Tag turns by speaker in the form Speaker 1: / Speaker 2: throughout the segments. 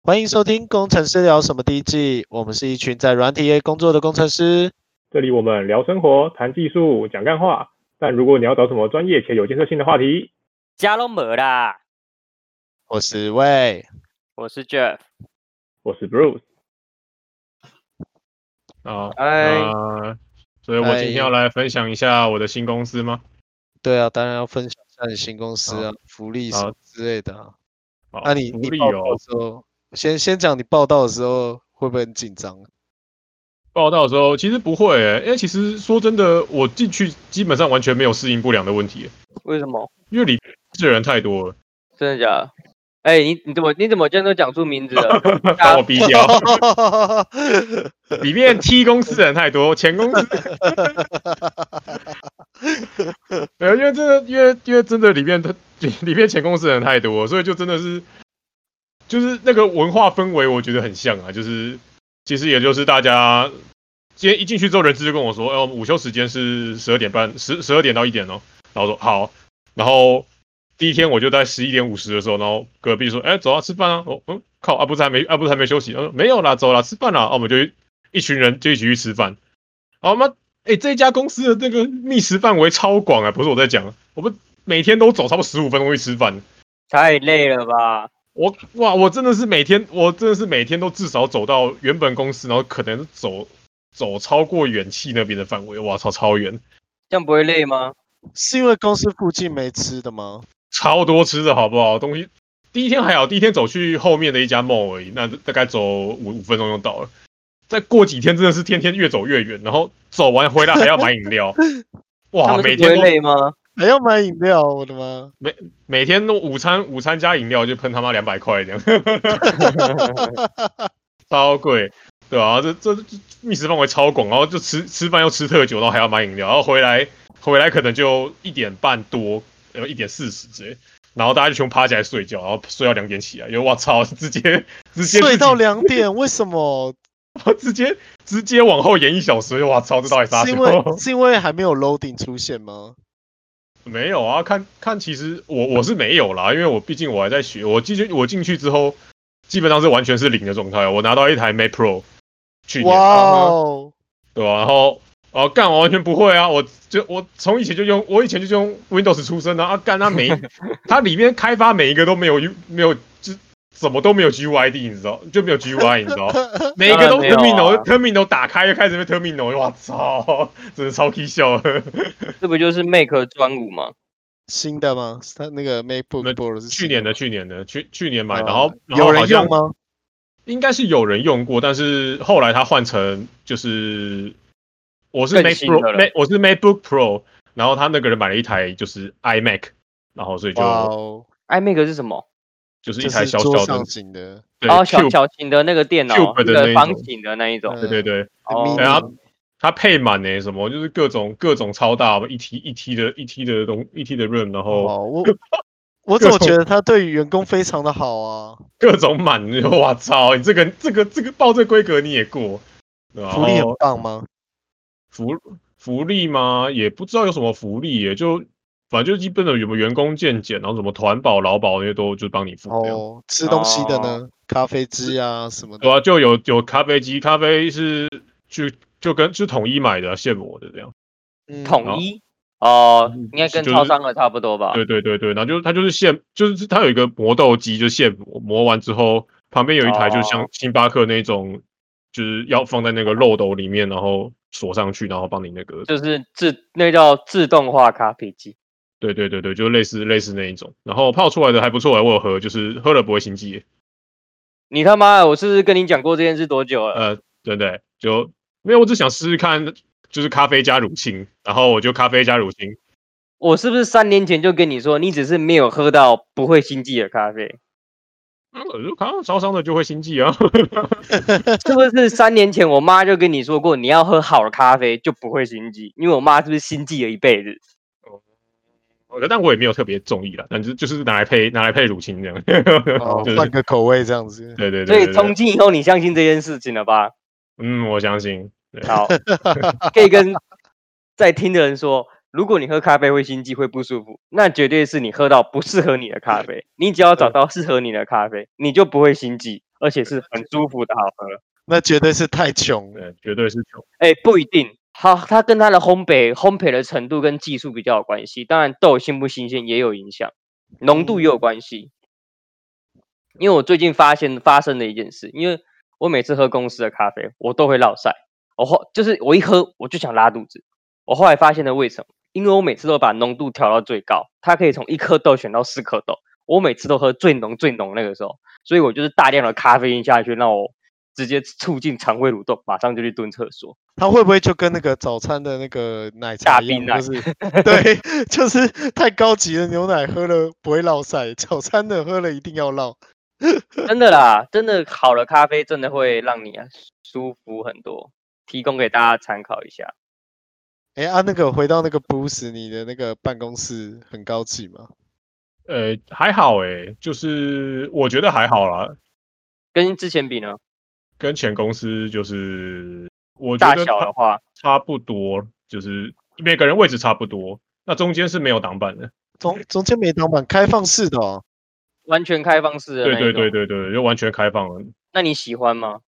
Speaker 1: 欢迎收听《工程师聊什么》第一季，我们是一群在软体业工作的工程师。
Speaker 2: 这里我们聊生活、谈技术、讲干话。但如果你要找什么专业且有建设性的话题，
Speaker 3: 家都没啦。
Speaker 1: 我是魏，
Speaker 3: 我是 Jeff，
Speaker 2: 我是 Bruce。
Speaker 4: 哦，
Speaker 3: 哎，
Speaker 4: 那所以我今天要来分享一下我的新公司吗？
Speaker 1: 对啊，当然要分享一下你新公司啊、福利什么之类的啊。
Speaker 4: 好
Speaker 1: 那你
Speaker 4: 福
Speaker 1: 你
Speaker 4: 利
Speaker 1: 报道
Speaker 4: 哦
Speaker 1: 的，时候，先先讲你报道的时候会不会很紧张？
Speaker 4: 报道的时候其实不会、欸，因为其实说真的，我进去基本上完全没有适应不良的问题欸、
Speaker 3: 为什么？
Speaker 4: 因为里面的人太 多了，
Speaker 3: 真的假的？哎，你你怎么你怎么今天都讲出名字了？
Speaker 1: 啊
Speaker 4: 把我逼掉。
Speaker 1: 哈
Speaker 4: 里面 T 公司的人太多，前公司没有，因为真的，因为因为真的里面的里里面前公司的人太多，所以就真的是，就是那个文化氛围，我觉得很像啊，就是其实也就是大家今天一进去之后，人资就跟我说，哦、午休时间是十二点半，十十二点到一点哦，然后我说好，然后第一天我就在十一点五十的时候，然后隔壁说，哎，走啊，吃饭啊，哦，嗯，靠，啊，不是还没，啊，不是还没休息，嗯、没有啦，走啦，吃饭啦，啊，我们就一群人就一起去吃饭，好吗？哎、这家公司的那个觅食范围超广啊，不是我在讲，我们每天都走差不多十五分钟去吃饭。
Speaker 3: 太累了吧？
Speaker 4: 我哇，我真的是每天，我真的是每天都至少走到原本公司，然后可能走走超过远气那边的范围，哇操，超远，
Speaker 3: 这样不会累吗？
Speaker 1: 是因为公司附近没吃的吗？
Speaker 4: 超多吃的好不好？东西第一天还好，第一天走去后面的一家 mall 而已，那大概走五五分钟就到了。再过几天真的是天天越走越远，然后走完回来还要买饮 料，
Speaker 3: 他
Speaker 4: 哇，
Speaker 3: 们
Speaker 4: 每
Speaker 3: 是不会
Speaker 4: 天都
Speaker 3: 累吗？
Speaker 1: 还要买饮料，我的妈！
Speaker 4: 每天都午餐午餐加饮料就喷他妈两百块 这样，超贵，对啊，这这这觅食范围超广，然后就吃吃饭又吃特久，然后还要买饮料，然后回来回来可能就一点半多，呃一点四十之类，然后大家就全部趴起来睡觉，然后睡到两点起来，因为我操，直接直接
Speaker 1: 睡到
Speaker 4: 自己
Speaker 1: 两点，为什么？
Speaker 4: 直接直接往后延一小时，我操，这到底啥
Speaker 1: 是
Speaker 4: 时
Speaker 1: 因
Speaker 4: 候
Speaker 1: 为？是因为还没有 loading 出现吗？
Speaker 4: 没有啊，看看，其实我我是没有啦，因为我毕竟我还在学，我进去我进去之后，基本上是完全是零的状态。我拿到一台 Mac Pro，去年
Speaker 1: 哇哦！
Speaker 4: 对吧、然后哦干我完全不会啊，我就我从以前就用，我以前就用 Windows 出身的啊，干它 每它里面开发每一个都没有 U 没有就怎么都没有 GUID，你知道就没有 GUI，你 知道每一个都
Speaker 3: 当然没有啊
Speaker 4: Terminal、Terminal 打开又开始被 Terminal，我操，真的超 K 笑的。
Speaker 3: 这不就是 Make 专武吗？
Speaker 1: 新的吗？是它那个 MacBook
Speaker 4: 那
Speaker 1: Pro 是
Speaker 4: 去
Speaker 1: 新
Speaker 4: 年的，去年的去去年买，
Speaker 1: 哦
Speaker 4: 然后然
Speaker 1: 有
Speaker 4: 后好
Speaker 1: 人
Speaker 4: 像
Speaker 1: 用吗？
Speaker 4: 应该是有人用过，但是后来他换成就是我是
Speaker 3: 更
Speaker 4: Mac
Speaker 3: 新的
Speaker 4: Pro，
Speaker 3: 了
Speaker 4: Mac- 我是 MacBook Pro，然后他那个人买了一台就是 iMac，然后所以就、
Speaker 1: 哇哦，
Speaker 3: i Make 哎是什么？
Speaker 4: 就是一
Speaker 1: 就
Speaker 4: 台
Speaker 1: 是
Speaker 4: 小
Speaker 1: 桌
Speaker 4: 小的
Speaker 1: 上型的，
Speaker 4: 对
Speaker 3: 哦，小
Speaker 4: Cube，
Speaker 3: 小型的那个电脑，
Speaker 4: Cube 的那一
Speaker 3: 对，
Speaker 4: 种
Speaker 3: 方形的那一种。
Speaker 1: 嗯
Speaker 4: 对对对，
Speaker 3: 哦，
Speaker 4: 然后
Speaker 1: mini
Speaker 4: 它配满呢、什么就是各种各种超大一 T 一 T 的一 T 的东一 T 的 RAM，然后
Speaker 1: 哦， 我我怎么
Speaker 4: 各种
Speaker 1: 觉得他对员工非常的好啊，
Speaker 4: 各种满， 我操，你这个这个这个报这规格你也过，对吧
Speaker 1: 福利
Speaker 4: 然
Speaker 1: 很
Speaker 4: 后
Speaker 1: 棒吗？
Speaker 4: 福福利吗？也不知道有什么福利耶，就反正就基本的有没有员工健检，然后什么团保、劳保那些都就帮你付这样。
Speaker 1: 哦，吃东西的呢，咖啡机啊什么
Speaker 4: 对
Speaker 1: 的，
Speaker 4: 啊，就有有咖啡机，咖啡是就就跟就统一买的啊现磨的这样。
Speaker 1: 嗯
Speaker 3: 统一哦，应该跟
Speaker 4: 嗯就是
Speaker 3: 超商的差不多吧？
Speaker 4: 对对对对，然后就它就是现就是它有一个磨豆机，就现磨磨完之后，旁边有一台就是像
Speaker 3: 哦
Speaker 4: 星巴克那种，就是要放在那个漏斗里面，然后锁上去，然后帮你那个
Speaker 3: 就是自那叫自动化咖啡机。
Speaker 4: 对对对对，就类似类似那一种，然后泡出来的还不错、我有喝，就是喝了不会心悸耶、
Speaker 3: 你他妈的，我是不是跟你讲过这件事多久了？
Speaker 4: 呃，对不对？就没有，我只想试试看，就是咖啡加乳清，然后我就咖啡加乳清，
Speaker 3: 我是不是三年前就跟你说，你只是没有喝到不会心悸的咖啡？
Speaker 4: 嗯，我就看到烧伤的就会心悸啊。
Speaker 3: 是不是三年前我妈就跟你说过，你要喝好的咖啡就不会心悸？因为我妈是不是心悸了一辈子？
Speaker 4: 呃但我也没有特别中意啦，但就是就是拿来配拿来配乳清这样，
Speaker 1: 哦
Speaker 4: 就，是
Speaker 1: 换个口味这样子，
Speaker 4: 对对对
Speaker 3: 所以
Speaker 4: 对
Speaker 3: 从
Speaker 4: 对，
Speaker 3: 今以后，你相信这件事情了吧？
Speaker 4: 嗯，我相信，对
Speaker 3: 好，可以跟在听的人说，如果你喝咖啡会心悸、会不舒服，那绝对是你喝到不适合你的咖啡。你只要找到适合你的咖啡，你就不会心悸。而且是很舒服的好喝。
Speaker 1: 那绝对是太穷了。
Speaker 4: 对，绝对是穷。
Speaker 3: 哎，不一定。好，它跟它的烘焙烘焙的程度跟技术比较有关系，当然豆新不新鲜也有影响，浓度也有关系。因为我最近发现发生的一件事，因为我每次喝公司的咖啡，我都会落晒，我后就是我一喝我就想拉肚子。我后来发现了为什么，因为我每次都把浓度调到最高，它可以从一颗豆选到四颗豆，我每次都喝最浓最浓那个时候，所以我就是大量的咖啡因下去，让我直接促进肠胃蠕动，马上就去蹲厕所。
Speaker 1: 它会不会就跟那个早餐的那个奶茶
Speaker 3: 大
Speaker 1: 一样，
Speaker 3: 冰
Speaker 1: 就
Speaker 3: 奶
Speaker 1: 是对， 就是太高级的牛奶喝了不会落腮，早餐的喝了一定要落。
Speaker 3: 真的啦，真的好的咖啡真的会让你啊舒服很多，提供给大家参考一下。
Speaker 1: 哎啊，那个回到那个 Bruce，你的那个办公室很高级吗？
Speaker 4: 呃，还好诶、就是我觉得还好啦，
Speaker 3: 跟之前比呢，
Speaker 4: 跟前公司就是我觉
Speaker 3: 大
Speaker 4: 得
Speaker 3: 小的
Speaker 4: 差
Speaker 3: 话，
Speaker 4: 差不多，就是每个人位置差不多。那中间是没有挡板的，
Speaker 1: 中
Speaker 3: 嗯
Speaker 1: 中间没挡板，开放式的哦。
Speaker 3: 完全开放式的
Speaker 4: 对
Speaker 3: 那一
Speaker 4: 对对
Speaker 3: 种
Speaker 4: 对对，就完全开放了。
Speaker 3: 那你喜欢吗？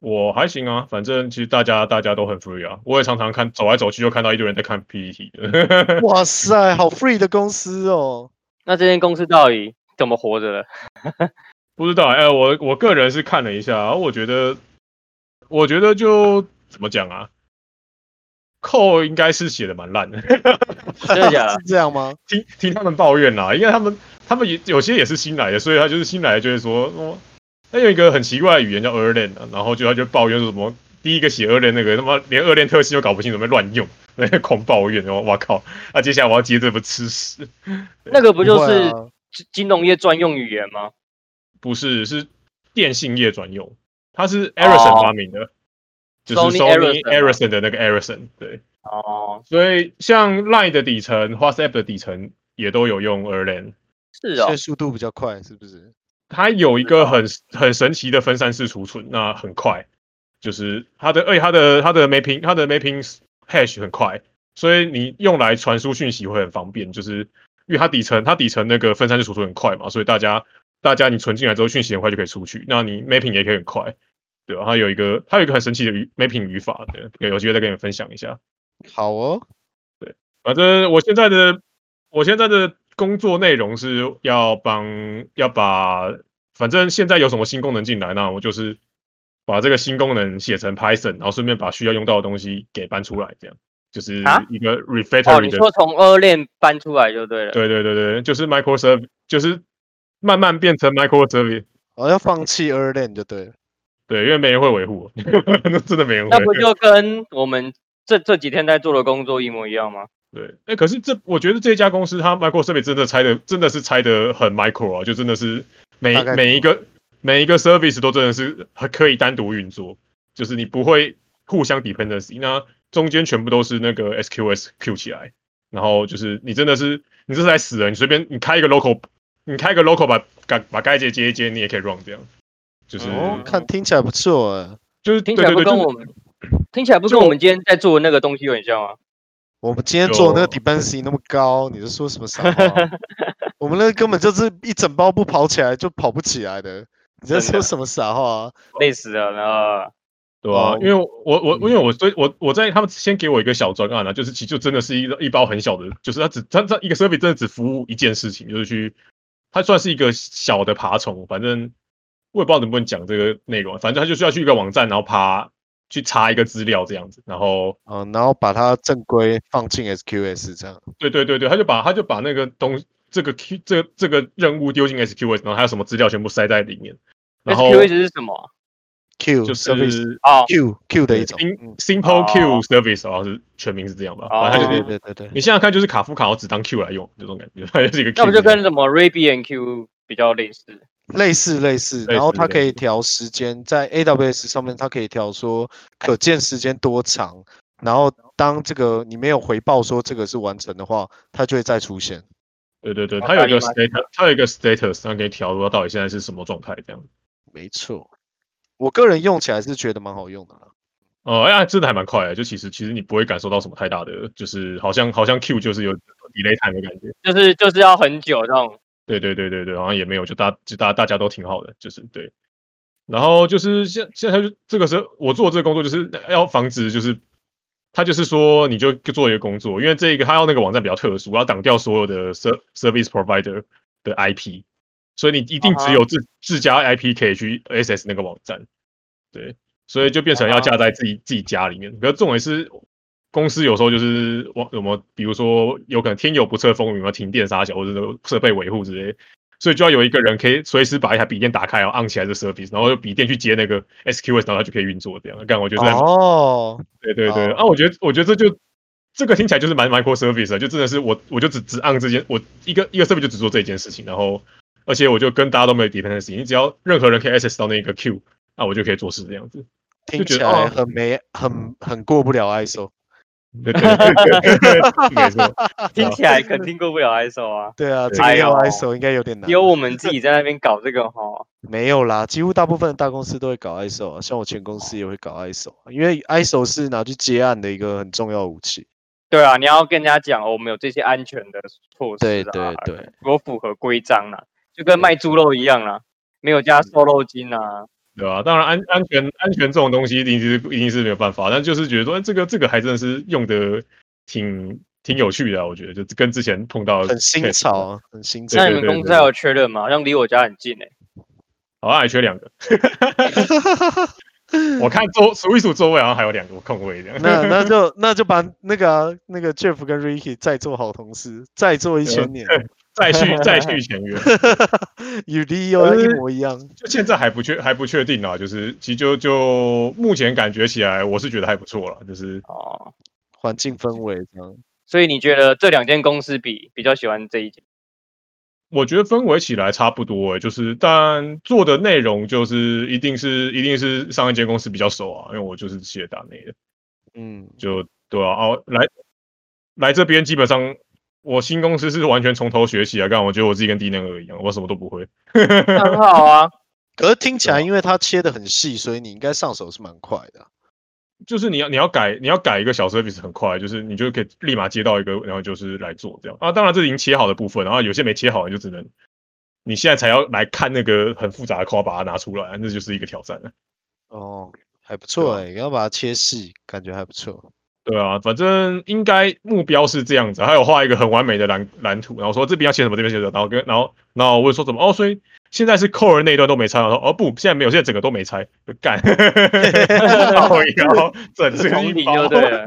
Speaker 4: 我还行啊，反正其实大家大家都很 free 啊，我也常常看走来走去就看到一堆人在看 E PPT 的。
Speaker 1: 哇塞，好 free 的公司哦。
Speaker 3: 那这间公司到底怎么活着的？
Speaker 4: 不知道，哎、我我个人是看了一下，我觉得，我觉得就怎么讲啊，扣应该是写的蛮烂的，
Speaker 3: 真的假的
Speaker 1: 是这样吗？
Speaker 4: 听听他们抱怨啊啦，因为他们他们也有些也是新来的，所以他就是新来的就会说，哦，他有一个很奇怪的语言叫 Erlen，啊然后就他就抱怨说什么。第一个写 Erlen 那个他妈连 Erlen 特性都搞不清楚，被乱用， 狂抱怨，然后哇靠！那、接下来我要接这不吃屎？
Speaker 3: 那个不就
Speaker 1: 会
Speaker 3: 是
Speaker 1: 啊
Speaker 3: 金金融业专用语言吗？
Speaker 4: 不是，是电信业专用，它是 Ericsson 发明的，就是
Speaker 3: 哦 Sony
Speaker 4: Sony
Speaker 3: Ericsson 啊嘛
Speaker 4: Ericsson 的那个 Ericsson。对，
Speaker 3: 哦，
Speaker 4: 所以像 Line 的底层、WhatsApp 的底层也都有用 Erlang。
Speaker 3: 是哦
Speaker 1: 所以，速度比较快，是不是？
Speaker 4: 它有一个很很神奇的分散式储存，那很快，就是它的，而且它的它的 mapping 它的 mapping hash 很快，所以你用来传输讯息会很方便，就是因为它底层它底层那个分散式储存很快嘛，所以大家大家你存进来之后，讯息很快就可以出去，那你 mapping 也可以很快，对吧？它有一个它有一个很神奇的语 mapping 语法的，有有机会再跟你们分享一下。
Speaker 1: 好哦，
Speaker 4: 反正我现在的我现在的工作内容是要帮要把，反正现在有什么新功能进来，那我就是把这个新功能写成 Python，然后顺便把需要用到的东西给搬出来，这样就是
Speaker 3: 啊
Speaker 4: 一个
Speaker 3: 哦，
Speaker 4: refactory
Speaker 3: 你
Speaker 4: 的。
Speaker 3: 说从二链搬出来就对了。
Speaker 4: 对对对对，就是 microservice，就是慢慢变成 microservice。
Speaker 1: 我要放弃 Erlang 就对了。
Speaker 4: 对，因为没人会维护， 那真的没人会
Speaker 3: 那。不就跟我们这这几天在做的工作一模一样吗？
Speaker 4: 对，哎、可是这我觉得这家公司它 micro service 真的拆的真的是拆的很 micro 啊，就真的是每
Speaker 1: 大概
Speaker 4: 每一个每一个 service 都真的是很可以单独运作，就是你不会互相 dependency，那中间全部都是那个 SQS Q 起来，然后就是你真的是你这是来死人，你随便你开一个 local，你开一个 local 把把把该接接一接，你也可以 run 这样，就是、
Speaker 3: 嗯
Speaker 1: 哦，看听起来不错哎。
Speaker 4: 就是
Speaker 3: 听起来
Speaker 4: 对对
Speaker 3: 不
Speaker 4: 对
Speaker 3: 跟
Speaker 4: 就是
Speaker 3: 我们听起来不跟
Speaker 4: 就
Speaker 3: 我们今天在做的那个东西有点像吗？
Speaker 1: 我们今天做的那个
Speaker 4: 有
Speaker 1: dependency 那么高，你是说什么傻 话？我们那根本就是一整包不跑起来就跑不起来的。你在
Speaker 3: 真的
Speaker 1: 说什么傻话、啊？
Speaker 3: 累死了呢。
Speaker 4: 对啊
Speaker 1: 哦，
Speaker 4: 因为我我因为我最我我在他们先给我一个小专案啊，就是其实就真的是一个一包很小的，就是他只他他一个 service 真的只服务一件事情，就是去他算是一个小的爬虫，反正我也不知道能不能讲这个内容，啊反正他就是要去一个网站，然后爬去查一个资料这样子，然后
Speaker 1: 哦，然后把它正规放进 SQS 这样。
Speaker 4: 对对对对，他就把他就把那个东这个 Q 这个这个任务丢进 SQS，然后还有什么资料全部塞在里面，然后
Speaker 3: SQL 是什么啊？
Speaker 1: Q
Speaker 4: 就
Speaker 1: service
Speaker 4: 是
Speaker 3: 哦
Speaker 1: Q Q 的一种。嗯
Speaker 4: Sim-，Simple Q
Speaker 3: 哦
Speaker 4: Service，好像是全名是这样吧，
Speaker 3: 哦
Speaker 4: 反正
Speaker 1: 对
Speaker 4: 它就
Speaker 1: 对。
Speaker 4: 是
Speaker 1: 对对对。
Speaker 4: 你想想看，就是卡夫卡我只当 Q 来用，这种感觉， 它就是一个 Q
Speaker 3: 那
Speaker 4: 这样。
Speaker 3: 不就跟什么 r a b i and Q 比较类似？
Speaker 1: 类似类似，然
Speaker 4: 类
Speaker 1: 后
Speaker 4: 似
Speaker 1: 它
Speaker 4: 类
Speaker 1: 可以
Speaker 4: 似
Speaker 1: 调时间，在 AWS 上面它可以调说可见时间多长，然后当这个你没有回报说这个是完成的话，它就会再出现。
Speaker 4: 对对对，
Speaker 3: 哦
Speaker 4: 它有一个
Speaker 3: 大力
Speaker 4: status，它有一个 status，它可以调到到底现在是什么状态这样。
Speaker 1: 没错，我个人用起来是觉得蛮好用的啦。
Speaker 4: 哦、哎呀，真的还蛮快的，就其实其实你不会感受到什么太大的，就是好像好像 Q 就是有 delay time 的感觉。
Speaker 3: 就是就是要很久那种。
Speaker 4: 对对对对对，好像也没有，就大就大大家都挺好的，就是对。然后就是现现在就这个时候，我做这个工作就是要防止，就是他就是说你就做一个工作，因为这个他要那个网站比较特殊，要挡掉所有的 ser service provider 的 IP，所以你一定只有自、自家 IP 可以去 access 那个网站，对，所以就变成要架在自己、自己家里面。可是重点是，公司有时候就是网什么，比如说有可能天有不测风云啊，停电啥小，或者是设备维护之类，所以就要有一个人可以随时把一台笔电打开，然后按起来的 service，然后用笔电去接那个 SQS，然后它就可以运作这样。干，我觉得在、
Speaker 1: 哦，
Speaker 4: 对对对、
Speaker 1: 哦
Speaker 4: 啊，我觉得我觉得这就这个听起来就是蛮 micro service 的，就真的是我我就只只按这件，我一个一个设备就只做这一件事情，然后而且我就跟大家都没有 dependency，你只要任何人可以 access 到那个 queue，那我就可以做事这样子。
Speaker 1: 听
Speaker 4: 觉
Speaker 1: 起
Speaker 4: 得
Speaker 1: 来
Speaker 4: 哦
Speaker 1: 很没很很过不了 ISO。
Speaker 4: 对对对对，没错。
Speaker 3: 听起来肯定过不了 ISO 啊。
Speaker 1: 对啊，这
Speaker 3: 哎
Speaker 1: 个要
Speaker 3: 呦
Speaker 1: ISO 应该有点难
Speaker 3: 只。有我们自己在那边搞这个哈，
Speaker 1: 没有啦，几乎大部分的大公司都会搞 ISO 啊，像我前公司也会搞 ISO，啊因为 ISO 是拿去接案的一个很重要的武器。
Speaker 3: 对啊，你要跟人家讲、哦我们有这些安全的措施
Speaker 1: 对
Speaker 3: 啊，
Speaker 1: 对对，
Speaker 3: 我符合规章啦、就跟
Speaker 1: 对
Speaker 3: 卖猪肉一样啦、没有
Speaker 4: 嗯
Speaker 3: 加瘦肉精啊，
Speaker 4: 对吧、当然安安全安全这种东西一定是一定是没有办法，但就是觉得说，哎这个这个还真的是用的挺挺有趣的、啊，我觉得就跟之前碰到的
Speaker 1: 很新
Speaker 4: case
Speaker 1: 潮，啊，很新潮
Speaker 3: 那
Speaker 4: 对。
Speaker 3: 你们公司还有缺人吗？好像离我家很近哎、
Speaker 4: 好像还缺两个， 我看座数一数座位好像还有两个空位这样。
Speaker 1: 那那就那就把那个啊、那个 Jeff 跟 Ricky 再做好同事，再做一千年
Speaker 4: 再续 再续前缘，
Speaker 1: 与 Leo
Speaker 4: 可
Speaker 1: 一
Speaker 4: 是
Speaker 1: 模一样。
Speaker 4: 就现在还不确还不确定啊，就是其实就就目前感觉起来，我是觉得还不错了，就是
Speaker 3: 哦，
Speaker 1: 环境氛围这样，
Speaker 3: 所以你觉得这两间公司比比较喜欢这一 间？
Speaker 4: 我觉得氛围起来差不多诶、欸就是但做的内容就是一定是一定是上一间公司比较熟啊，因为我就是企业打内的，
Speaker 1: 嗯，
Speaker 4: 就对啊，哦来来这边基本上我新公司是完全从头学习啊，干我觉得我自己跟低能儿一样，我什么都不会。
Speaker 3: 那很好 啊，
Speaker 1: 可是听起
Speaker 4: 对
Speaker 1: 来，因为它切的很细，所以你应该上手是蛮快的啊。
Speaker 4: 就是你要你要改你要改一个小 service 很快，就是你就可以立马接到一个，然后就是来做这样啊。当然这是已经切好的部分，然后有些没切好你就只能你现在才要来看那个很复杂的 call 把它拿出来，那就是一个挑战了。
Speaker 1: 哦，还不错
Speaker 4: 对啊
Speaker 1: 哎、要把它切细，感觉还不错。
Speaker 4: 对啊，反正应该目标是这样子，啊还有画一个很完美的蓝蓝图，然后说这边要写什么，这边写什么，然后跟然后然后我问说什么哦，所以现在是 core 那一段都没拆，然后说哦不，现在没有，现在整个都没拆，就 干，靠腰，整是
Speaker 3: 同
Speaker 4: 一
Speaker 3: 理
Speaker 4: 包
Speaker 3: 就，对了。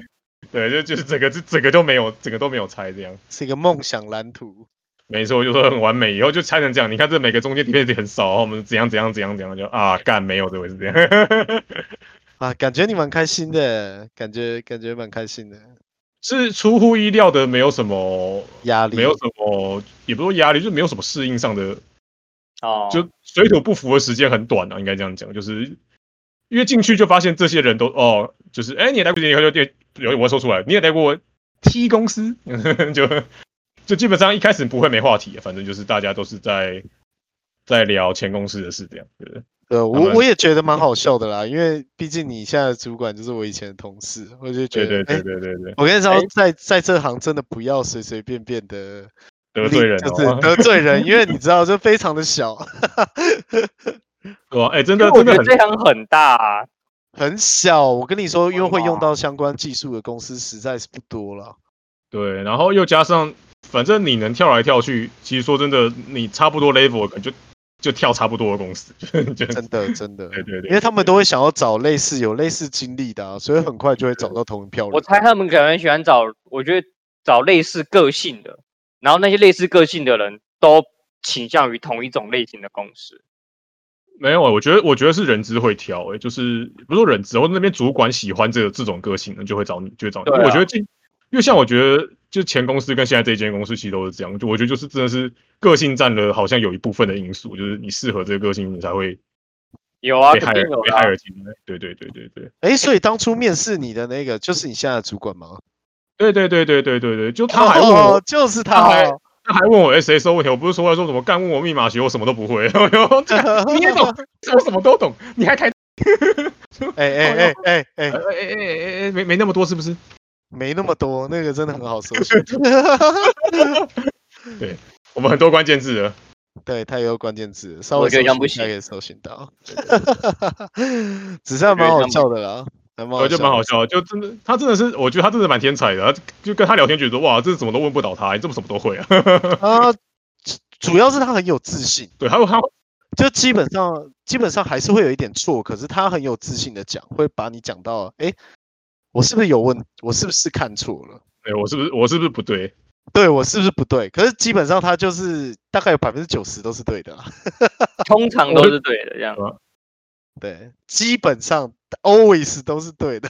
Speaker 4: 对，就就是整个就整个都没有，整个都没有拆这样，
Speaker 1: 是一个梦想蓝图。
Speaker 4: 没错，就说很完美，以后就拆成这样，你看这每个中间里面也很少，然后我们怎样怎样怎样怎样就啊干没有这回事这样。
Speaker 1: 啊，感觉你蛮开心的，感觉感觉蛮开心的，
Speaker 4: 是出乎意料的，没有什么，
Speaker 1: 压力
Speaker 4: 没有什么，也不是说压力，就是没有什么适应上的
Speaker 3: 哦，
Speaker 4: 就水土不服的时间很短啊，应该这样讲，就是因为进去就发现这些人都哦，就是哎、你也来过这间有有有我说出来，你也来过 T 公司， 就就基本上一开始不会没话题，啊反正就是大家都是在在聊前公司的事这样，对不对？
Speaker 1: 对
Speaker 4: 他
Speaker 1: 我
Speaker 4: 们
Speaker 1: 我也觉得蛮好笑的啦，因为毕竟你现在的主管就是我以前的同事，我就觉
Speaker 4: 对
Speaker 1: 得，
Speaker 4: 对对
Speaker 1: 哎
Speaker 4: 对对对，
Speaker 1: 我跟你说
Speaker 3: 哎，
Speaker 1: 在在这行真的不要随随便便的
Speaker 4: 得
Speaker 3: 哎
Speaker 4: 罪人
Speaker 1: 就是
Speaker 4: 哦，
Speaker 1: 得罪人，因为你知道，就非常的小，
Speaker 4: 对吧？哎，真
Speaker 3: 因为
Speaker 4: 的
Speaker 3: 我
Speaker 4: 真的
Speaker 3: 觉得
Speaker 4: 很
Speaker 3: 这行很大啊，
Speaker 1: 很小。我跟你说，因为会用
Speaker 3: 哇
Speaker 1: 到相关技术的公司实在是不多了。
Speaker 4: 对，然后又加上，反正你能跳来跳去，其实说真的，你差不多 level 可能就就跳差不多的公司，就
Speaker 1: 真的真的，
Speaker 4: 对对对
Speaker 1: 因为他们都会想要找类似有类似经历的、啊，所以很快就会找到同一票人。
Speaker 3: 我猜他们可能喜欢找，我觉得找类似个性的，然后那些类似个性的人都倾向于同一种类型的公司。
Speaker 4: 没有啊，我觉得我觉得是人资会挑、欸，就是不是说人资，我那边主管喜欢这个这种个性的，就会找你，就会找你。
Speaker 3: 对啊
Speaker 4: 我觉得这，因为像我觉得就前公司跟现在这间公司其实都是这样，就我觉得就是真的是个性占了好像有一部分的因素，就是你适合这个个性，你才会
Speaker 3: 有啊，
Speaker 4: 被
Speaker 3: 肯
Speaker 4: 害
Speaker 3: 定有
Speaker 4: 被
Speaker 3: 啦、
Speaker 4: 害而进来。对对对对对。
Speaker 1: 哎，所以当初面试你的那个就是你现在的主管吗？
Speaker 4: 对对对对对对对，就他还问我，
Speaker 1: 哦、就是他
Speaker 4: 他还
Speaker 1: 哦，
Speaker 4: 他还问我 SSO 问题，我不是说要说什么干问我密码学，我什么都不会， 然后 这个你也懂，我什么都懂，你还开，
Speaker 1: 哎哎哎哎哎
Speaker 4: 哎，哎哎哎哎，没没那么多是不是？
Speaker 1: 没那么多，那 个真的很好搜寻。
Speaker 4: 我们很多关键字了，
Speaker 1: 对，太多关键字了，稍
Speaker 3: 我
Speaker 1: 微
Speaker 3: 觉
Speaker 1: 搜
Speaker 3: 得这样
Speaker 1: 寻
Speaker 3: 不
Speaker 1: 一下
Speaker 3: 行
Speaker 1: 可以搜寻到， 只是还
Speaker 3: 我觉
Speaker 1: 蛮好
Speaker 3: 得这样不
Speaker 1: 笑的啦，还蛮好
Speaker 4: 对，就
Speaker 1: 笑
Speaker 4: 蛮好
Speaker 1: 的
Speaker 4: 笑的，就真的，他真的是，我觉得他真的蛮天才的，他就跟他聊天觉得哇，这怎么都问不倒他，你这么什么都会啊？
Speaker 1: 啊。主主要是他很有自信，
Speaker 4: 对，还有他
Speaker 1: 就基本上基本上还是会有一点错，可是他很有自信的讲，会把你讲到，哎，我是不是有问，我是不是看错了？
Speaker 4: 对哎我是不是我是不是不对？
Speaker 1: 对我是不是不对？可是基本上他就是大概有百分之九十都是对的啦。
Speaker 3: 通常都是对的，这样。
Speaker 1: 对，基本上 always 都是对的。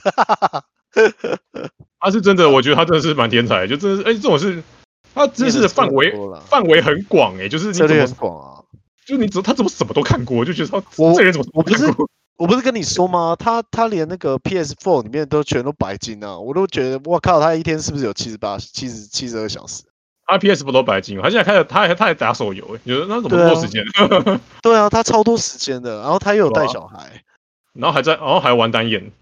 Speaker 4: 他是真的，我觉得他真的是蛮天才的，就真的是，哎、这种是他知识的范围
Speaker 1: 范
Speaker 4: 范围很广哎、就是你
Speaker 1: 策
Speaker 4: 怎
Speaker 1: 略
Speaker 4: 么
Speaker 1: 很广啊。
Speaker 4: 就你怎么他怎么什么都看过，我就觉得他
Speaker 1: 我
Speaker 4: 这人怎么什么
Speaker 1: 我不
Speaker 4: 都
Speaker 1: 是
Speaker 4: 看过？
Speaker 1: 我不是跟你说吗？他他连那个 PS4 里面都全都白金啊，我都觉得我靠，他一天是不是有七十八、七十七十二小时？
Speaker 4: 他 PS 不都白金吗？他现在开始他还他还打手游哎、你觉得那怎么那么多时间？
Speaker 1: 对啊，他超多时间的，然后他又有
Speaker 4: 对啊
Speaker 1: 带小孩，
Speaker 4: 然后还在，然后还玩单眼，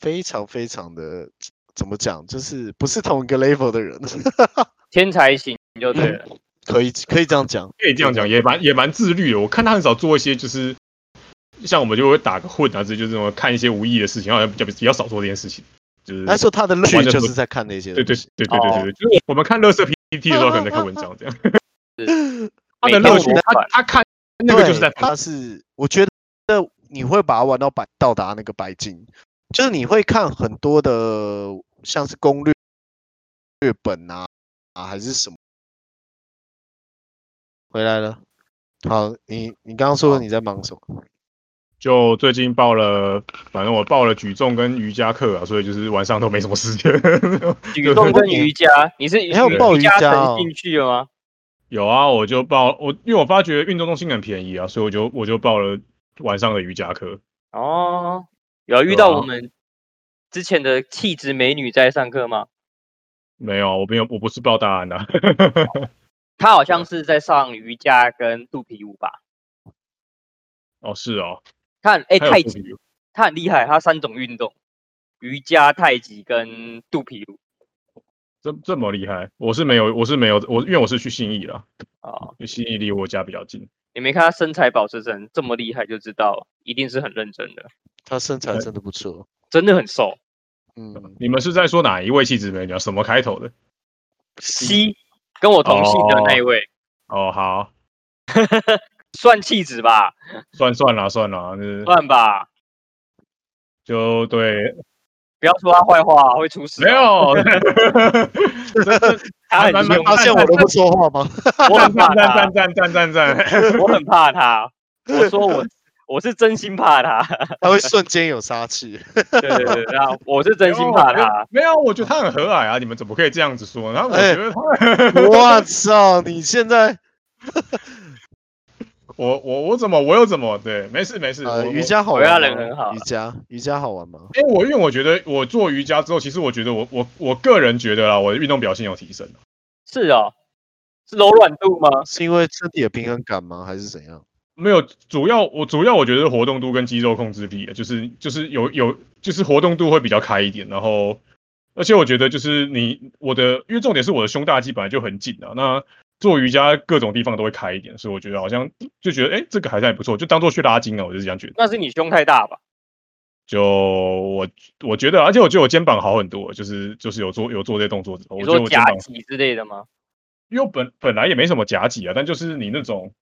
Speaker 1: 非常非常的怎么讲，就是不是同一个 level 的人，
Speaker 3: 天才型就对了。
Speaker 1: 可以可以这样讲。
Speaker 4: 可以这样讲，也蛮也蛮自律的。我看他很少做一些就是像我们就会打个混啊，这就是什么看一些无意义的事情，好像比较比较少做这件事情。就是
Speaker 1: 他说他的乐
Speaker 4: 玩
Speaker 1: 趣
Speaker 4: 得
Speaker 1: 就
Speaker 4: 不
Speaker 1: 是在看那些
Speaker 4: 对
Speaker 1: 东
Speaker 4: 对
Speaker 1: 西，
Speaker 4: 对对对对对，就是我们看乐色 PPT 的时候可能在看文章这样。他的
Speaker 3: 每天
Speaker 4: 乐趣
Speaker 3: 我都，
Speaker 4: 他
Speaker 3: 看
Speaker 4: 他看那个就是
Speaker 1: 对
Speaker 4: 在
Speaker 1: 他是，我觉得你会把它玩到百到达那个白金，就是你会看很多的像是攻略、略本啊啊还是什么。回来了，好，你你刚刚说你在忙什么？
Speaker 4: 就最近报了，反正我报了举重跟瑜伽课啊，所以就是晚上都没什么时间。嗯
Speaker 3: 举重跟瑜伽，你是
Speaker 1: 你还有报瑜
Speaker 3: 伽
Speaker 1: 伽
Speaker 3: 成
Speaker 1: 哦
Speaker 3: 兴趣了吗？
Speaker 4: 有啊，我就报我，因为我发觉运动中心很便宜啊，所以我就我就报了晚上的瑜伽课。
Speaker 3: 哦，有遇
Speaker 4: 啊
Speaker 3: 到我们之前的气质美女在上课吗？
Speaker 4: 没有，我没有，我不是报大安的、
Speaker 3: 她好像是在上瑜伽跟肚皮舞吧？
Speaker 4: 哦，是哦，
Speaker 3: 她很哎、
Speaker 4: 还有
Speaker 3: 太
Speaker 4: 肚皮
Speaker 3: 极
Speaker 4: 舞，
Speaker 3: 她很厉害，她三种运动：瑜伽、太极跟肚皮舞。
Speaker 4: 这这么厉害，我是没有，我是没有，我因为我是去信义啦，
Speaker 3: 哦，
Speaker 4: 因为信义离我家比较近。
Speaker 3: 你没看她身材保持成这么厉害，就知道一定是很认真的，
Speaker 1: 他身
Speaker 4: 呃
Speaker 1: 材真的不错，
Speaker 3: 真的很瘦。
Speaker 1: 嗯，
Speaker 4: 你们是在说哪一位气质美女啊？什么开头的？
Speaker 3: C 跟我同姓的那一位、
Speaker 4: 哦，好，
Speaker 3: 算气质吧，
Speaker 4: 算算啦，算啦，就是
Speaker 3: 算吧，
Speaker 4: 就对，
Speaker 3: 不要说她坏话，会出事。
Speaker 4: 没，有，这这
Speaker 3: 她很
Speaker 4: 慢慢
Speaker 3: 凶
Speaker 4: 发
Speaker 1: 发现我都不说话吗？
Speaker 3: 我很怕
Speaker 4: 赞
Speaker 3: 她。
Speaker 4: 赞赞赞赞赞！
Speaker 3: 我很怕他。我说 我我是真心怕他，
Speaker 1: 他会瞬间有杀 气。
Speaker 3: 对对对，对啊，我是真心怕他。
Speaker 4: 没有，我觉得他很和蔼啊，你们怎么可以这样子说？然后我觉得他，
Speaker 1: 我操，你现在
Speaker 4: 我我我怎么我又怎么对，没事没事。
Speaker 1: 呃
Speaker 4: 我
Speaker 1: 瑜，伽好
Speaker 3: 我
Speaker 1: 玩
Speaker 3: 家
Speaker 1: 吗？
Speaker 3: 人很好
Speaker 1: 瑜
Speaker 3: 啊
Speaker 1: 伽瑜伽好玩吗？
Speaker 4: 哎，我因为我觉得我做瑜伽之后，其实我觉得我我我个人觉得啦，我的运动表现有提升。
Speaker 3: 是哦，是柔软度吗？
Speaker 1: 是因为身体的平衡感吗？还是怎样？
Speaker 4: 没有，主要我主要我觉得是活动度跟肌肉控制力，就是就是有有就是活动度会比较开一点，然后而且我觉得就是你我的，因为重点是我的胸大肌本来就很紧啊，那做瑜伽各种地方都会开一点，所以我觉得好像就觉得哎、诶这个还算不错，就当做去拉筋啊，我就是这样觉得。
Speaker 3: 那是你胸太大吧？
Speaker 4: 就我我觉得，而且我觉得我肩膀好很多，就是就是有做有做这些动作之后，我
Speaker 3: 你
Speaker 4: 觉得
Speaker 3: 说
Speaker 4: 我肩
Speaker 3: 夹
Speaker 4: 膀
Speaker 3: 脊之类的吗？
Speaker 4: 因为我本本来也没什么夹脊啊，但就是你那种，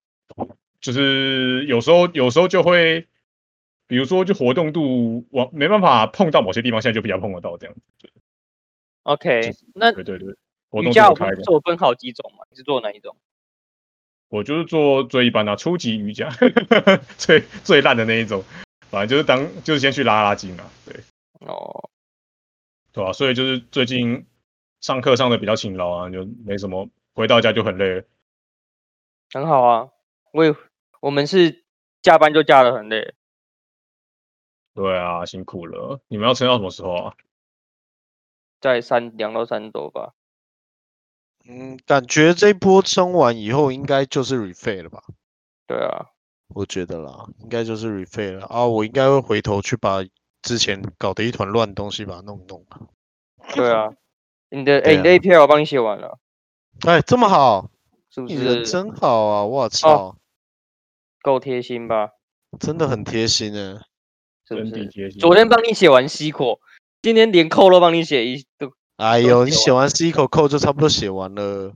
Speaker 4: 就是有时候有时候就会，比如说就活动度往没办法碰到某些地方，现在就比较碰得到这样子。
Speaker 3: OK，
Speaker 4: 是
Speaker 3: 那
Speaker 4: 对对对，活
Speaker 3: 瑜
Speaker 4: 动
Speaker 3: 伽
Speaker 4: 度
Speaker 3: 我
Speaker 4: 开
Speaker 3: 们
Speaker 4: 的，
Speaker 3: 做分好几种嘛？你是做哪一种？
Speaker 4: 我就是做最一般的、啊、初级瑜伽， 最最烂的那一种，反正就是当就是先去拉拉筋啊，对
Speaker 3: 哦，
Speaker 4: 对吧、所以就是最近上课上的比较勤劳啊，就没什么，回到家就很累了。
Speaker 3: 很好啊，我也我们是加班就加的很累，
Speaker 4: 对啊，辛苦了，你们要撑到什么时候啊？
Speaker 3: 在三两到三周吧。
Speaker 1: 嗯，感觉这波争完以后，应该就是 refit 了吧？
Speaker 3: 对啊，
Speaker 1: 我觉得啦，应该就是 refit 了啊。我应该会回头去把之前搞得一团乱的东西把它弄一弄吧。
Speaker 3: 对啊，你的哎、
Speaker 1: 对
Speaker 3: 你的
Speaker 1: 啊
Speaker 3: APL 我帮你写完了，
Speaker 1: 哎，这么好，
Speaker 3: 是不
Speaker 1: 你人
Speaker 3: 是哦
Speaker 1: 真好啊！我操，
Speaker 3: 够贴心吧？
Speaker 1: 真的很贴心欸呢。
Speaker 3: 是不
Speaker 4: 真的
Speaker 3: 是？
Speaker 4: 贴心。
Speaker 3: 昨天帮你写完西果，今天连扣都帮你写一都，
Speaker 1: 哎
Speaker 3: 都
Speaker 1: 呦，你
Speaker 3: 写
Speaker 1: 写完 C 口扣就差不多写完了。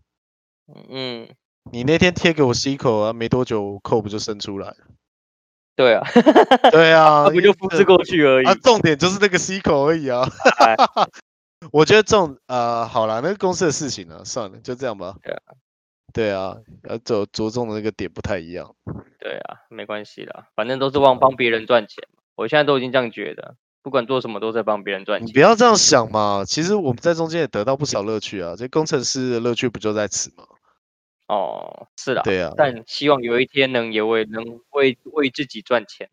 Speaker 3: 嗯，
Speaker 1: 你那天贴给我 C 口啊，没多久扣不就生出来了？
Speaker 3: 对啊，
Speaker 1: 对 啊，
Speaker 3: 那不就复制过去而已
Speaker 1: 啊，。重点就是那个 C 口而已啊
Speaker 3: 哎。
Speaker 1: 我觉得这种呃，好啦，那个公司的事情呢、算了，就这样吧
Speaker 3: 对啊。
Speaker 1: 对啊，要着着重的那个点不太一样。
Speaker 3: 对啊，没关系啦，反正都是帮帮别人赚钱嘛。我现在都已经这样觉得，不管做什么都在帮别人赚
Speaker 1: 你
Speaker 3: 钱。
Speaker 1: 不要这样想嘛，其实我们在中间也得到不少乐趣啊。这工程师的乐趣不就在此吗？
Speaker 3: 哦，是啦，
Speaker 1: 对啊，
Speaker 3: 但希望有一天能也为能为为自己赚钱。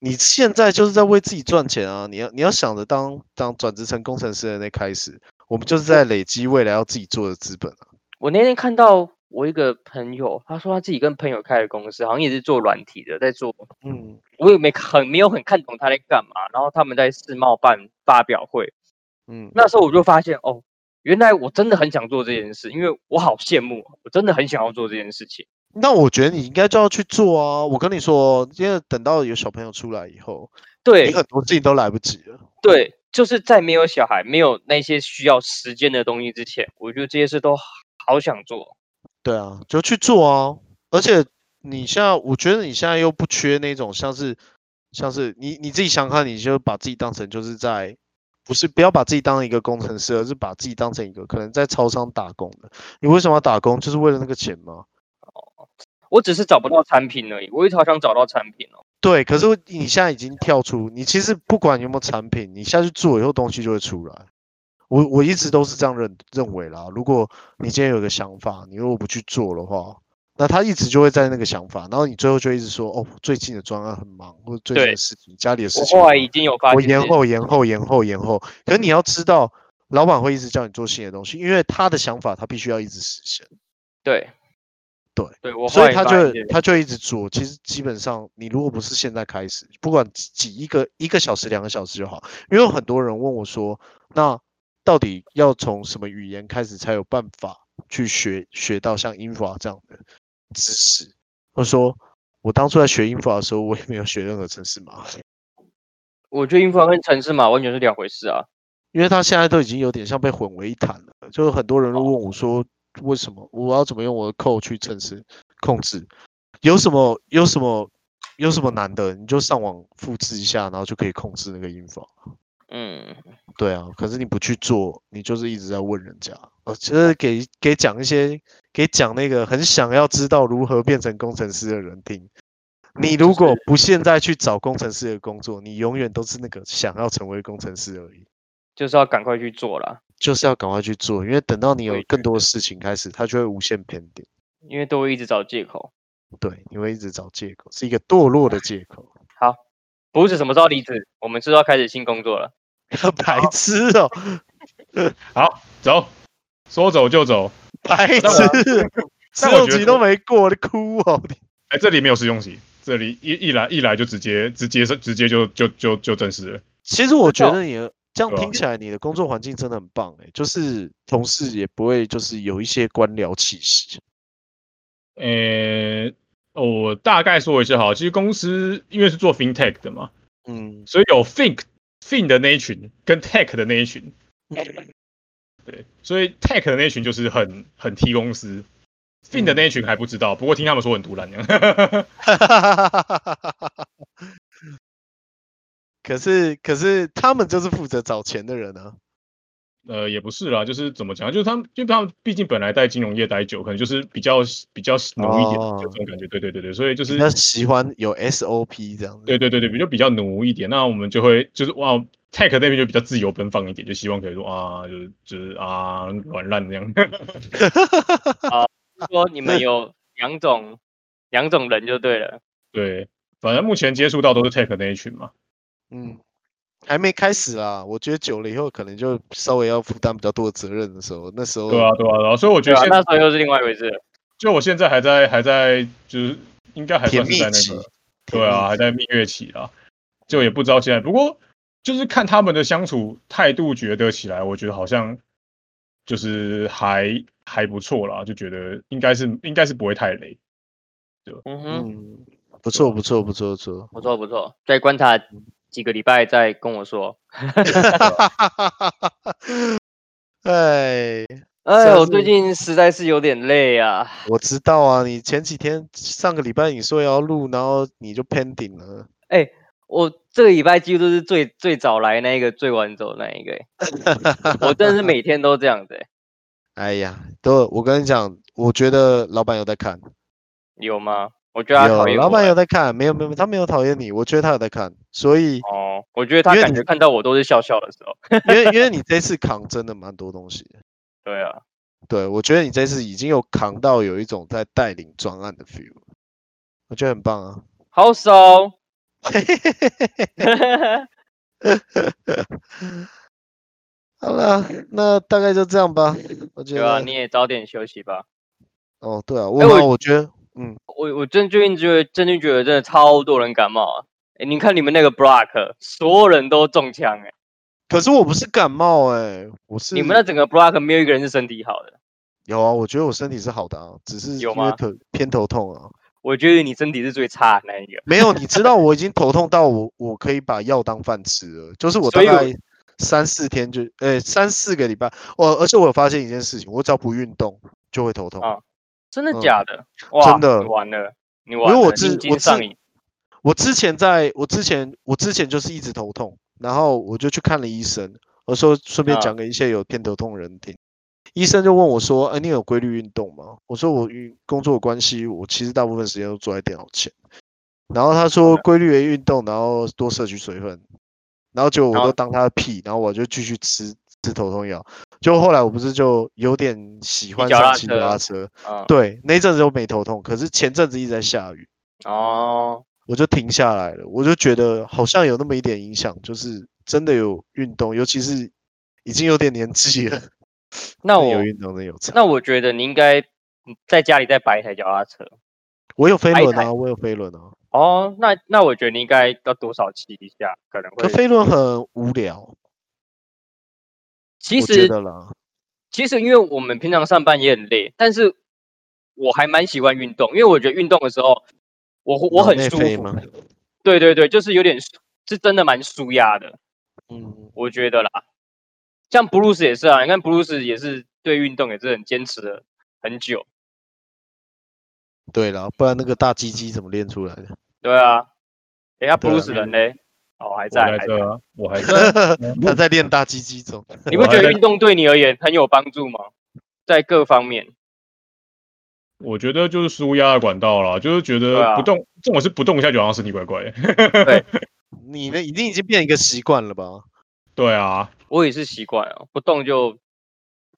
Speaker 1: 你现在就是在为自己赚钱啊！你要你要想着当当转职成工程师的那开始，我们就是在累积未来要自己做的资本啊。
Speaker 3: 我那天看到我一个朋友，他说他自己跟朋友开的公司，好像也是做软体的，在做。
Speaker 1: 嗯，
Speaker 3: 我也没很没有很看懂他在干嘛。然后他们在世贸办发表会，
Speaker 1: 嗯，
Speaker 3: 那时候我就发现哦，原来我真的很想做这件事，因为我好羡慕哦，我真的很想要做这件事情。
Speaker 1: 那我觉得你应该就要去做啊！我跟你说，因为等到有小朋友出来以后，
Speaker 3: 对
Speaker 1: 你很多事情都来不及了。
Speaker 3: 对，就是在没有小孩、没有那些需要时间的东西之前，我觉得这些事都好想做。
Speaker 1: 对啊，就去做啊！而且你现在，我觉得你现在又不缺那种像是像是你你自己想想看，你就把自己当成就是在不是不要把自己当一个工程师，而是把自己当成一个可能在超商打工的。你为什么要打工？就是为了那个钱吗？
Speaker 3: 我只是找不到产品而已，我一直好想找到产品哦。
Speaker 1: 对，可是你现在已经跳出，你其实不管有没有产品，你下去做以后东西就会出来。我我一直都是这样认认为啦。如果你今天有个想法，你如果不去做的话，那他一直就会在那个想法，然后你最后就一直说哦，最近的专案很忙，或者最近
Speaker 3: 对
Speaker 1: 的事情，家里的事
Speaker 3: 我
Speaker 1: 情
Speaker 3: 后
Speaker 1: 很
Speaker 3: 来
Speaker 1: 忙
Speaker 3: 已经有发
Speaker 1: 我
Speaker 3: 现这
Speaker 1: 延
Speaker 3: 件，
Speaker 1: 后延后延后延后。可是你要知道，老板会一直叫你做新的东西，因为他的想法他必须要一直实现。
Speaker 3: 对
Speaker 1: 对
Speaker 3: 对，我后
Speaker 1: 所
Speaker 3: 来
Speaker 1: 以他
Speaker 3: 发
Speaker 1: 就
Speaker 3: 现
Speaker 1: 他就一直做。其实基本上，你如果不是现在开始，不管几几一个一个小时、两个小时就好。因为有很多人问我说，那到底要从什么语言开始才有办法去学学到像英法这样的知识？我说，我当初在学英法的时候，我也没有学任何程式码，
Speaker 3: 我觉得英法跟城市码完全是两回事啊。
Speaker 1: 因为他现在都已经有点像被混为一谈了。就是很多人都问我说，为什么我要怎么用我的扣去程式控制？有什么有什么有什么难的？你就上网复制一下，然后就可以控制那个音符。
Speaker 3: 嗯，
Speaker 1: 对啊，可是你不去做，你就是一直在问人家。呃，其实给给讲一些给讲那个很想要知道如何变成工程师的人听。你如果不现在去找工程师的工作，你永远都是那个想要成为工程师而已。
Speaker 3: 就是要赶快去做啦，
Speaker 1: 就是要赶快去做，因为等到你
Speaker 3: 我
Speaker 1: 有
Speaker 3: 也
Speaker 1: 更
Speaker 3: 觉
Speaker 1: 多的事情开始，它就会无限偏点。
Speaker 3: 因为都会一直找借口。
Speaker 1: 对，你会一直找借口，是一个堕落的借 口。
Speaker 3: 不是什么时候离职，我们是不是要开始新工作了。
Speaker 1: 白痴哦、
Speaker 4: 好，走，说走就走。
Speaker 1: 白痴
Speaker 4: 那我
Speaker 1: 哦，试
Speaker 4: 但我
Speaker 1: 用
Speaker 4: 觉
Speaker 1: 期
Speaker 4: 得
Speaker 1: 都没过，你哭哦、你
Speaker 4: 哎、这里没有试用期，这里一一来一来就直接直接直接就就就就正式了。
Speaker 1: 其实我
Speaker 3: 真
Speaker 1: 觉
Speaker 3: 的哦
Speaker 1: 得你的这样
Speaker 4: 对啊
Speaker 1: 听起来，你的工作环境真的很棒哎、就是同事也不会就是有一些官僚气息。
Speaker 4: 呃、我大概说一下哈，其实公司因为是做 FinTech 的嘛，
Speaker 1: 嗯，
Speaker 4: 所以有 Think Fin 的那一群跟 Tech 的那一群，对，所以 Tech 的那一群就是很很 T 公司。Fin 的
Speaker 1: 嗯
Speaker 4: 那一群还不知道，不过听他们说很独揽。
Speaker 1: 可是可是他们就是负责找钱的人啊。
Speaker 4: 呃，也不是啦，就是怎么讲，就是他们，就他们毕竟本来在金融业待久，可能就是比较比较奴一点，
Speaker 1: 哦
Speaker 4: 就这种感觉。对对对对，所以就
Speaker 1: 比
Speaker 4: 是
Speaker 1: 较喜欢有 SOP 这样子。
Speaker 4: 对对对对，比较比较奴一点。那我们就会就是哇，Tech 那边就比较自由奔放一点，就希望可以说啊，就是就是啊软烂这样。
Speaker 1: 啊
Speaker 3: 就说你们有两种两种人就对了。
Speaker 4: 对，反正目前接触到都是 Tech 那一群嘛。
Speaker 1: 嗯，还没开始啊，我觉得久了以后可能就稍微要负担比较多的责任的时候，那时候
Speaker 4: 对啊对啊，然后所以我觉
Speaker 3: 对
Speaker 4: 得
Speaker 3: 啊，
Speaker 4: 现
Speaker 3: 那时候又是另外一回事了。
Speaker 4: 就我现在还在还在就是应该还
Speaker 1: 甜
Speaker 4: 算
Speaker 1: 蜜
Speaker 4: 是在
Speaker 1: 期
Speaker 4: 那个，对啊，还在蜜月期啊，就也不知道现在。不过就是看他们的相处态度，觉得起来，我觉得好像就是还还不错啦，就觉得应该是应该是不会 太累。
Speaker 3: 嗯哼，
Speaker 1: 嗯，不错不错不错不错，
Speaker 3: 不错不错，再观察几个礼拜再跟我说。
Speaker 4: 啊
Speaker 1: 哎，
Speaker 3: 哎，
Speaker 1: 下
Speaker 3: 我
Speaker 1: 次
Speaker 3: 最近实在是有点累啊。
Speaker 1: 我知道啊，你前几天上个礼拜你说要录，然后你就 pending 了。
Speaker 3: 我这个礼拜几乎都是最最早来那一个，最晚走那一个欸、我真的是每天都这样子欸、
Speaker 1: 哎呀，都我跟你讲，我觉得老板有在看，
Speaker 3: 有吗？我觉得他讨
Speaker 1: 有
Speaker 3: 厌
Speaker 1: 老
Speaker 3: 我
Speaker 1: 板
Speaker 3: 欸
Speaker 1: 有在看，没有没有，他没有讨厌你，我觉得他有在看，所以
Speaker 3: 哦，我觉得他
Speaker 1: 因为
Speaker 3: 感
Speaker 1: 你
Speaker 3: 觉看到我都是笑笑的时候。
Speaker 1: 因为因为你这次扛真的蛮多东西的，
Speaker 3: 对啊，
Speaker 1: 对我觉得你这次已经有扛到有一种在带领专案的 feel，我觉得很棒啊。
Speaker 3: 好 啊手。
Speaker 1: 好啦，那大概就这样吧。我觉
Speaker 3: 对
Speaker 1: 得、
Speaker 3: 啊，你也早点休息吧。
Speaker 1: 哦，对啊，我、
Speaker 3: 哎我
Speaker 1: 我我觉得
Speaker 3: 我我真最近觉得，真的觉得真的超多人感冒啊！哎，你看你们那个 block，所有人都中枪哎、
Speaker 1: 可是我不是感冒哎、我是
Speaker 3: 你们那整个 block 没有一个人是身体好的。
Speaker 1: 有啊，我觉得我身体是好的啊，只是
Speaker 3: 有
Speaker 1: 因为
Speaker 3: 吗
Speaker 1: 头偏头痛啊。
Speaker 3: 我觉得你身体是最差的那一个。
Speaker 1: 没有，你知道我已经头痛到我我可以把药当饭吃了，就是我大
Speaker 3: 所以我
Speaker 1: 概三四天就，呃，三四个礼拜，我而且我有发现一件事情，我只要不运动就会头痛。
Speaker 3: 啊真的
Speaker 1: 嗯
Speaker 3: 假的？哇，
Speaker 1: 真的
Speaker 3: 你完了，你完了，
Speaker 1: 因为我
Speaker 3: 你
Speaker 1: 自
Speaker 3: 已经
Speaker 1: 我自
Speaker 3: 上瘾。
Speaker 1: 我之前在我之前我之前就是一直头痛，然后我就去看了医生，我说顺便
Speaker 3: 啊
Speaker 1: 讲给一些有偏头痛的人听。医生就问我说：“哎、你有规律运动吗？”我说：“我与工作有关系，我其实大部分时间都坐在电脑前。”然后他
Speaker 3: 嗯
Speaker 1: 说：“规律的运动，然后多摄取水分。”然后结果我
Speaker 3: 然
Speaker 1: 都
Speaker 3: 后
Speaker 1: 当他的屁，然后我就继续吃吃头痛药。就后来我不是就有点喜欢
Speaker 3: 脚
Speaker 1: 上
Speaker 3: 踏
Speaker 1: 骑脚踏
Speaker 3: 车
Speaker 1: 车，
Speaker 3: 嗯，
Speaker 1: 对，那一阵子就没头痛，可是前阵子一直在下雨，
Speaker 3: 哦，
Speaker 1: 我就停下来了，我就觉得好像有那么一点影响，就是真的有运动，尤其是已经有点年纪了，
Speaker 3: 那
Speaker 1: 真的有
Speaker 3: 我
Speaker 1: 运动真的有差。
Speaker 3: 那我觉得你应该在家里再摆一台脚踏车。
Speaker 1: 我有飞
Speaker 3: 还
Speaker 1: 轮
Speaker 3: 还
Speaker 1: 啊，我有飞轮啊，
Speaker 3: 哦，那那我觉得你应该要多少骑一下，可能
Speaker 1: 可
Speaker 3: 会。
Speaker 1: 飞轮很无聊，
Speaker 3: 其
Speaker 1: 我觉
Speaker 3: 实
Speaker 1: 得啦，
Speaker 3: 其实因为我们平常上班也很累，但是我还蛮喜欢运动，因为我觉得运动的时候，我我
Speaker 1: 脑
Speaker 3: 很
Speaker 1: 内
Speaker 3: 舒
Speaker 1: 飞
Speaker 3: 服
Speaker 1: 吗。
Speaker 3: 对对对，就是有点舒是真的蛮舒压的。
Speaker 1: 嗯，
Speaker 3: 我觉得啦，像布鲁斯也是啊，你看布鲁斯也是对运动也是很坚持了很久，
Speaker 1: 对啦，不然那个大鸡鸡怎么练出来的？
Speaker 3: 对啊。哎，他布
Speaker 1: 对啊
Speaker 3: 鲁斯人嘞，哦还
Speaker 4: 我
Speaker 3: 在，
Speaker 4: 在
Speaker 3: 还
Speaker 4: 这
Speaker 3: 在。
Speaker 4: 啊，我还在啊。
Speaker 1: 他在练大鸡鸡中。
Speaker 3: 你
Speaker 4: 我
Speaker 3: 不
Speaker 4: 还
Speaker 3: 觉得
Speaker 4: 在
Speaker 3: 运动对你而言很有帮助吗？在各方面，
Speaker 4: 我觉得就是舒压的管道啦，就是觉
Speaker 3: 对
Speaker 4: 得
Speaker 3: 啊
Speaker 4: 不动，这种是不动一下就好像身体怪怪的。
Speaker 1: 你呢，一定已经变一个习惯了吧？
Speaker 4: 对啊，
Speaker 3: 我也是习惯了，不动就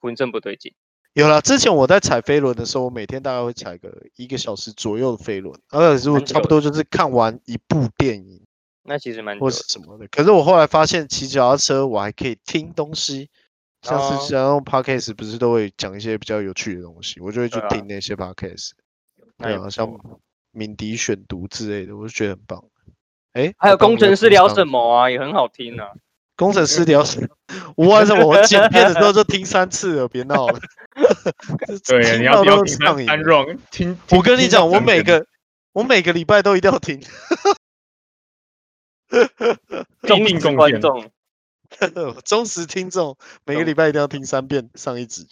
Speaker 3: 浑身不对劲。
Speaker 1: 有啦，之前我在踩飞轮的时候，我每天大概会踩个一个小时左右的飞轮，而且我
Speaker 3: 蛮
Speaker 1: 差不
Speaker 3: 久
Speaker 1: 多就是看完一部电影，
Speaker 3: 那其实蛮久
Speaker 1: 或
Speaker 3: 的
Speaker 1: 是什么的。可是我后来发现，骑脚踏车我还可以听东西，像
Speaker 3: 哦
Speaker 1: 是像用 podcast 不是都会讲一些比较有趣的东西，我就会去
Speaker 3: 对啊
Speaker 1: 听那些 podcast，
Speaker 3: 那
Speaker 1: 对
Speaker 3: 也
Speaker 1: 啊，
Speaker 3: 不
Speaker 1: 像
Speaker 3: 错
Speaker 1: 敏迪选读之类的，我就觉得很棒。哎，
Speaker 3: 还
Speaker 1: 好
Speaker 3: 有
Speaker 1: 棒
Speaker 3: 工
Speaker 1: 我在
Speaker 3: 程师
Speaker 1: 工
Speaker 3: 聊
Speaker 1: 商
Speaker 3: 什么啊，也很好 听啊。
Speaker 1: 工程师聊什么？我为什么我剪片的时候就听三次了？别闹了， 这
Speaker 4: 对，你
Speaker 1: 听
Speaker 4: 要
Speaker 1: 到
Speaker 4: 你要
Speaker 1: 都
Speaker 4: 听
Speaker 1: 上
Speaker 4: 三
Speaker 1: 瘾
Speaker 4: 三
Speaker 1: 了。
Speaker 4: run，听。
Speaker 1: 我跟你
Speaker 4: 听到
Speaker 1: 讲，我
Speaker 4: 整
Speaker 1: 每
Speaker 4: 天
Speaker 1: 个我每个礼拜都一定要听，
Speaker 4: 必
Speaker 3: 忠
Speaker 4: 定
Speaker 3: 实
Speaker 4: 贡
Speaker 3: 观
Speaker 4: 献
Speaker 3: 众，
Speaker 1: 忠实听众每个
Speaker 3: 懂
Speaker 1: 礼拜一定要听三遍上一集。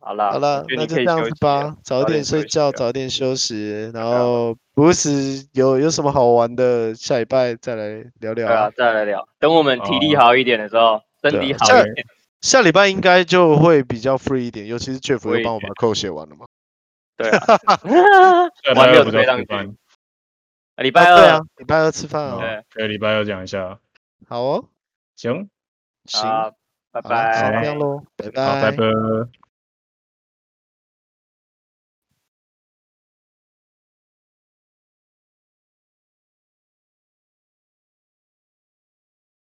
Speaker 3: 好啦，
Speaker 1: 好了
Speaker 3: 我，觉得
Speaker 1: 那
Speaker 3: 你
Speaker 1: 就
Speaker 3: 可
Speaker 1: 这
Speaker 3: 以
Speaker 1: 样
Speaker 3: 休
Speaker 1: 子
Speaker 3: 息了
Speaker 1: 吧，早
Speaker 3: 早
Speaker 1: 点
Speaker 3: 点休
Speaker 1: 睡
Speaker 3: 息
Speaker 1: 觉，
Speaker 3: 啊
Speaker 1: 早点休息，然
Speaker 3: 对啊
Speaker 1: 后不时有有什么好玩的，下礼拜再来聊聊
Speaker 3: 对啊
Speaker 1: 啊。，
Speaker 3: 再来聊。等我们体力
Speaker 4: 哦
Speaker 3: 好一点的时候，身
Speaker 1: 对
Speaker 3: 体
Speaker 1: 啊
Speaker 3: 好
Speaker 1: 下
Speaker 3: 一点，
Speaker 1: 下礼拜应该就会比较 free 一点，尤其是 Jeff
Speaker 3: 我
Speaker 1: 又
Speaker 3: 也
Speaker 1: 帮我
Speaker 3: 觉
Speaker 1: 把扣写完了嘛。
Speaker 3: 对啊。
Speaker 4: 对
Speaker 3: 我还没
Speaker 4: 礼拜
Speaker 3: 有
Speaker 4: 二不
Speaker 3: 推
Speaker 4: 是要
Speaker 3: 上
Speaker 4: 吃
Speaker 3: 去
Speaker 4: 饭
Speaker 3: 礼
Speaker 1: 啊
Speaker 3: 拜
Speaker 1: 对啊
Speaker 3: 二，，
Speaker 1: 礼拜二吃饭啊。
Speaker 3: 嗯对，
Speaker 4: 嗯对，礼拜二讲一下。
Speaker 1: 好哦，
Speaker 4: 行，
Speaker 1: 行，
Speaker 3: 啊，拜
Speaker 1: 好啦
Speaker 3: 拜
Speaker 1: 先这。样喽，拜
Speaker 4: 好，拜拜。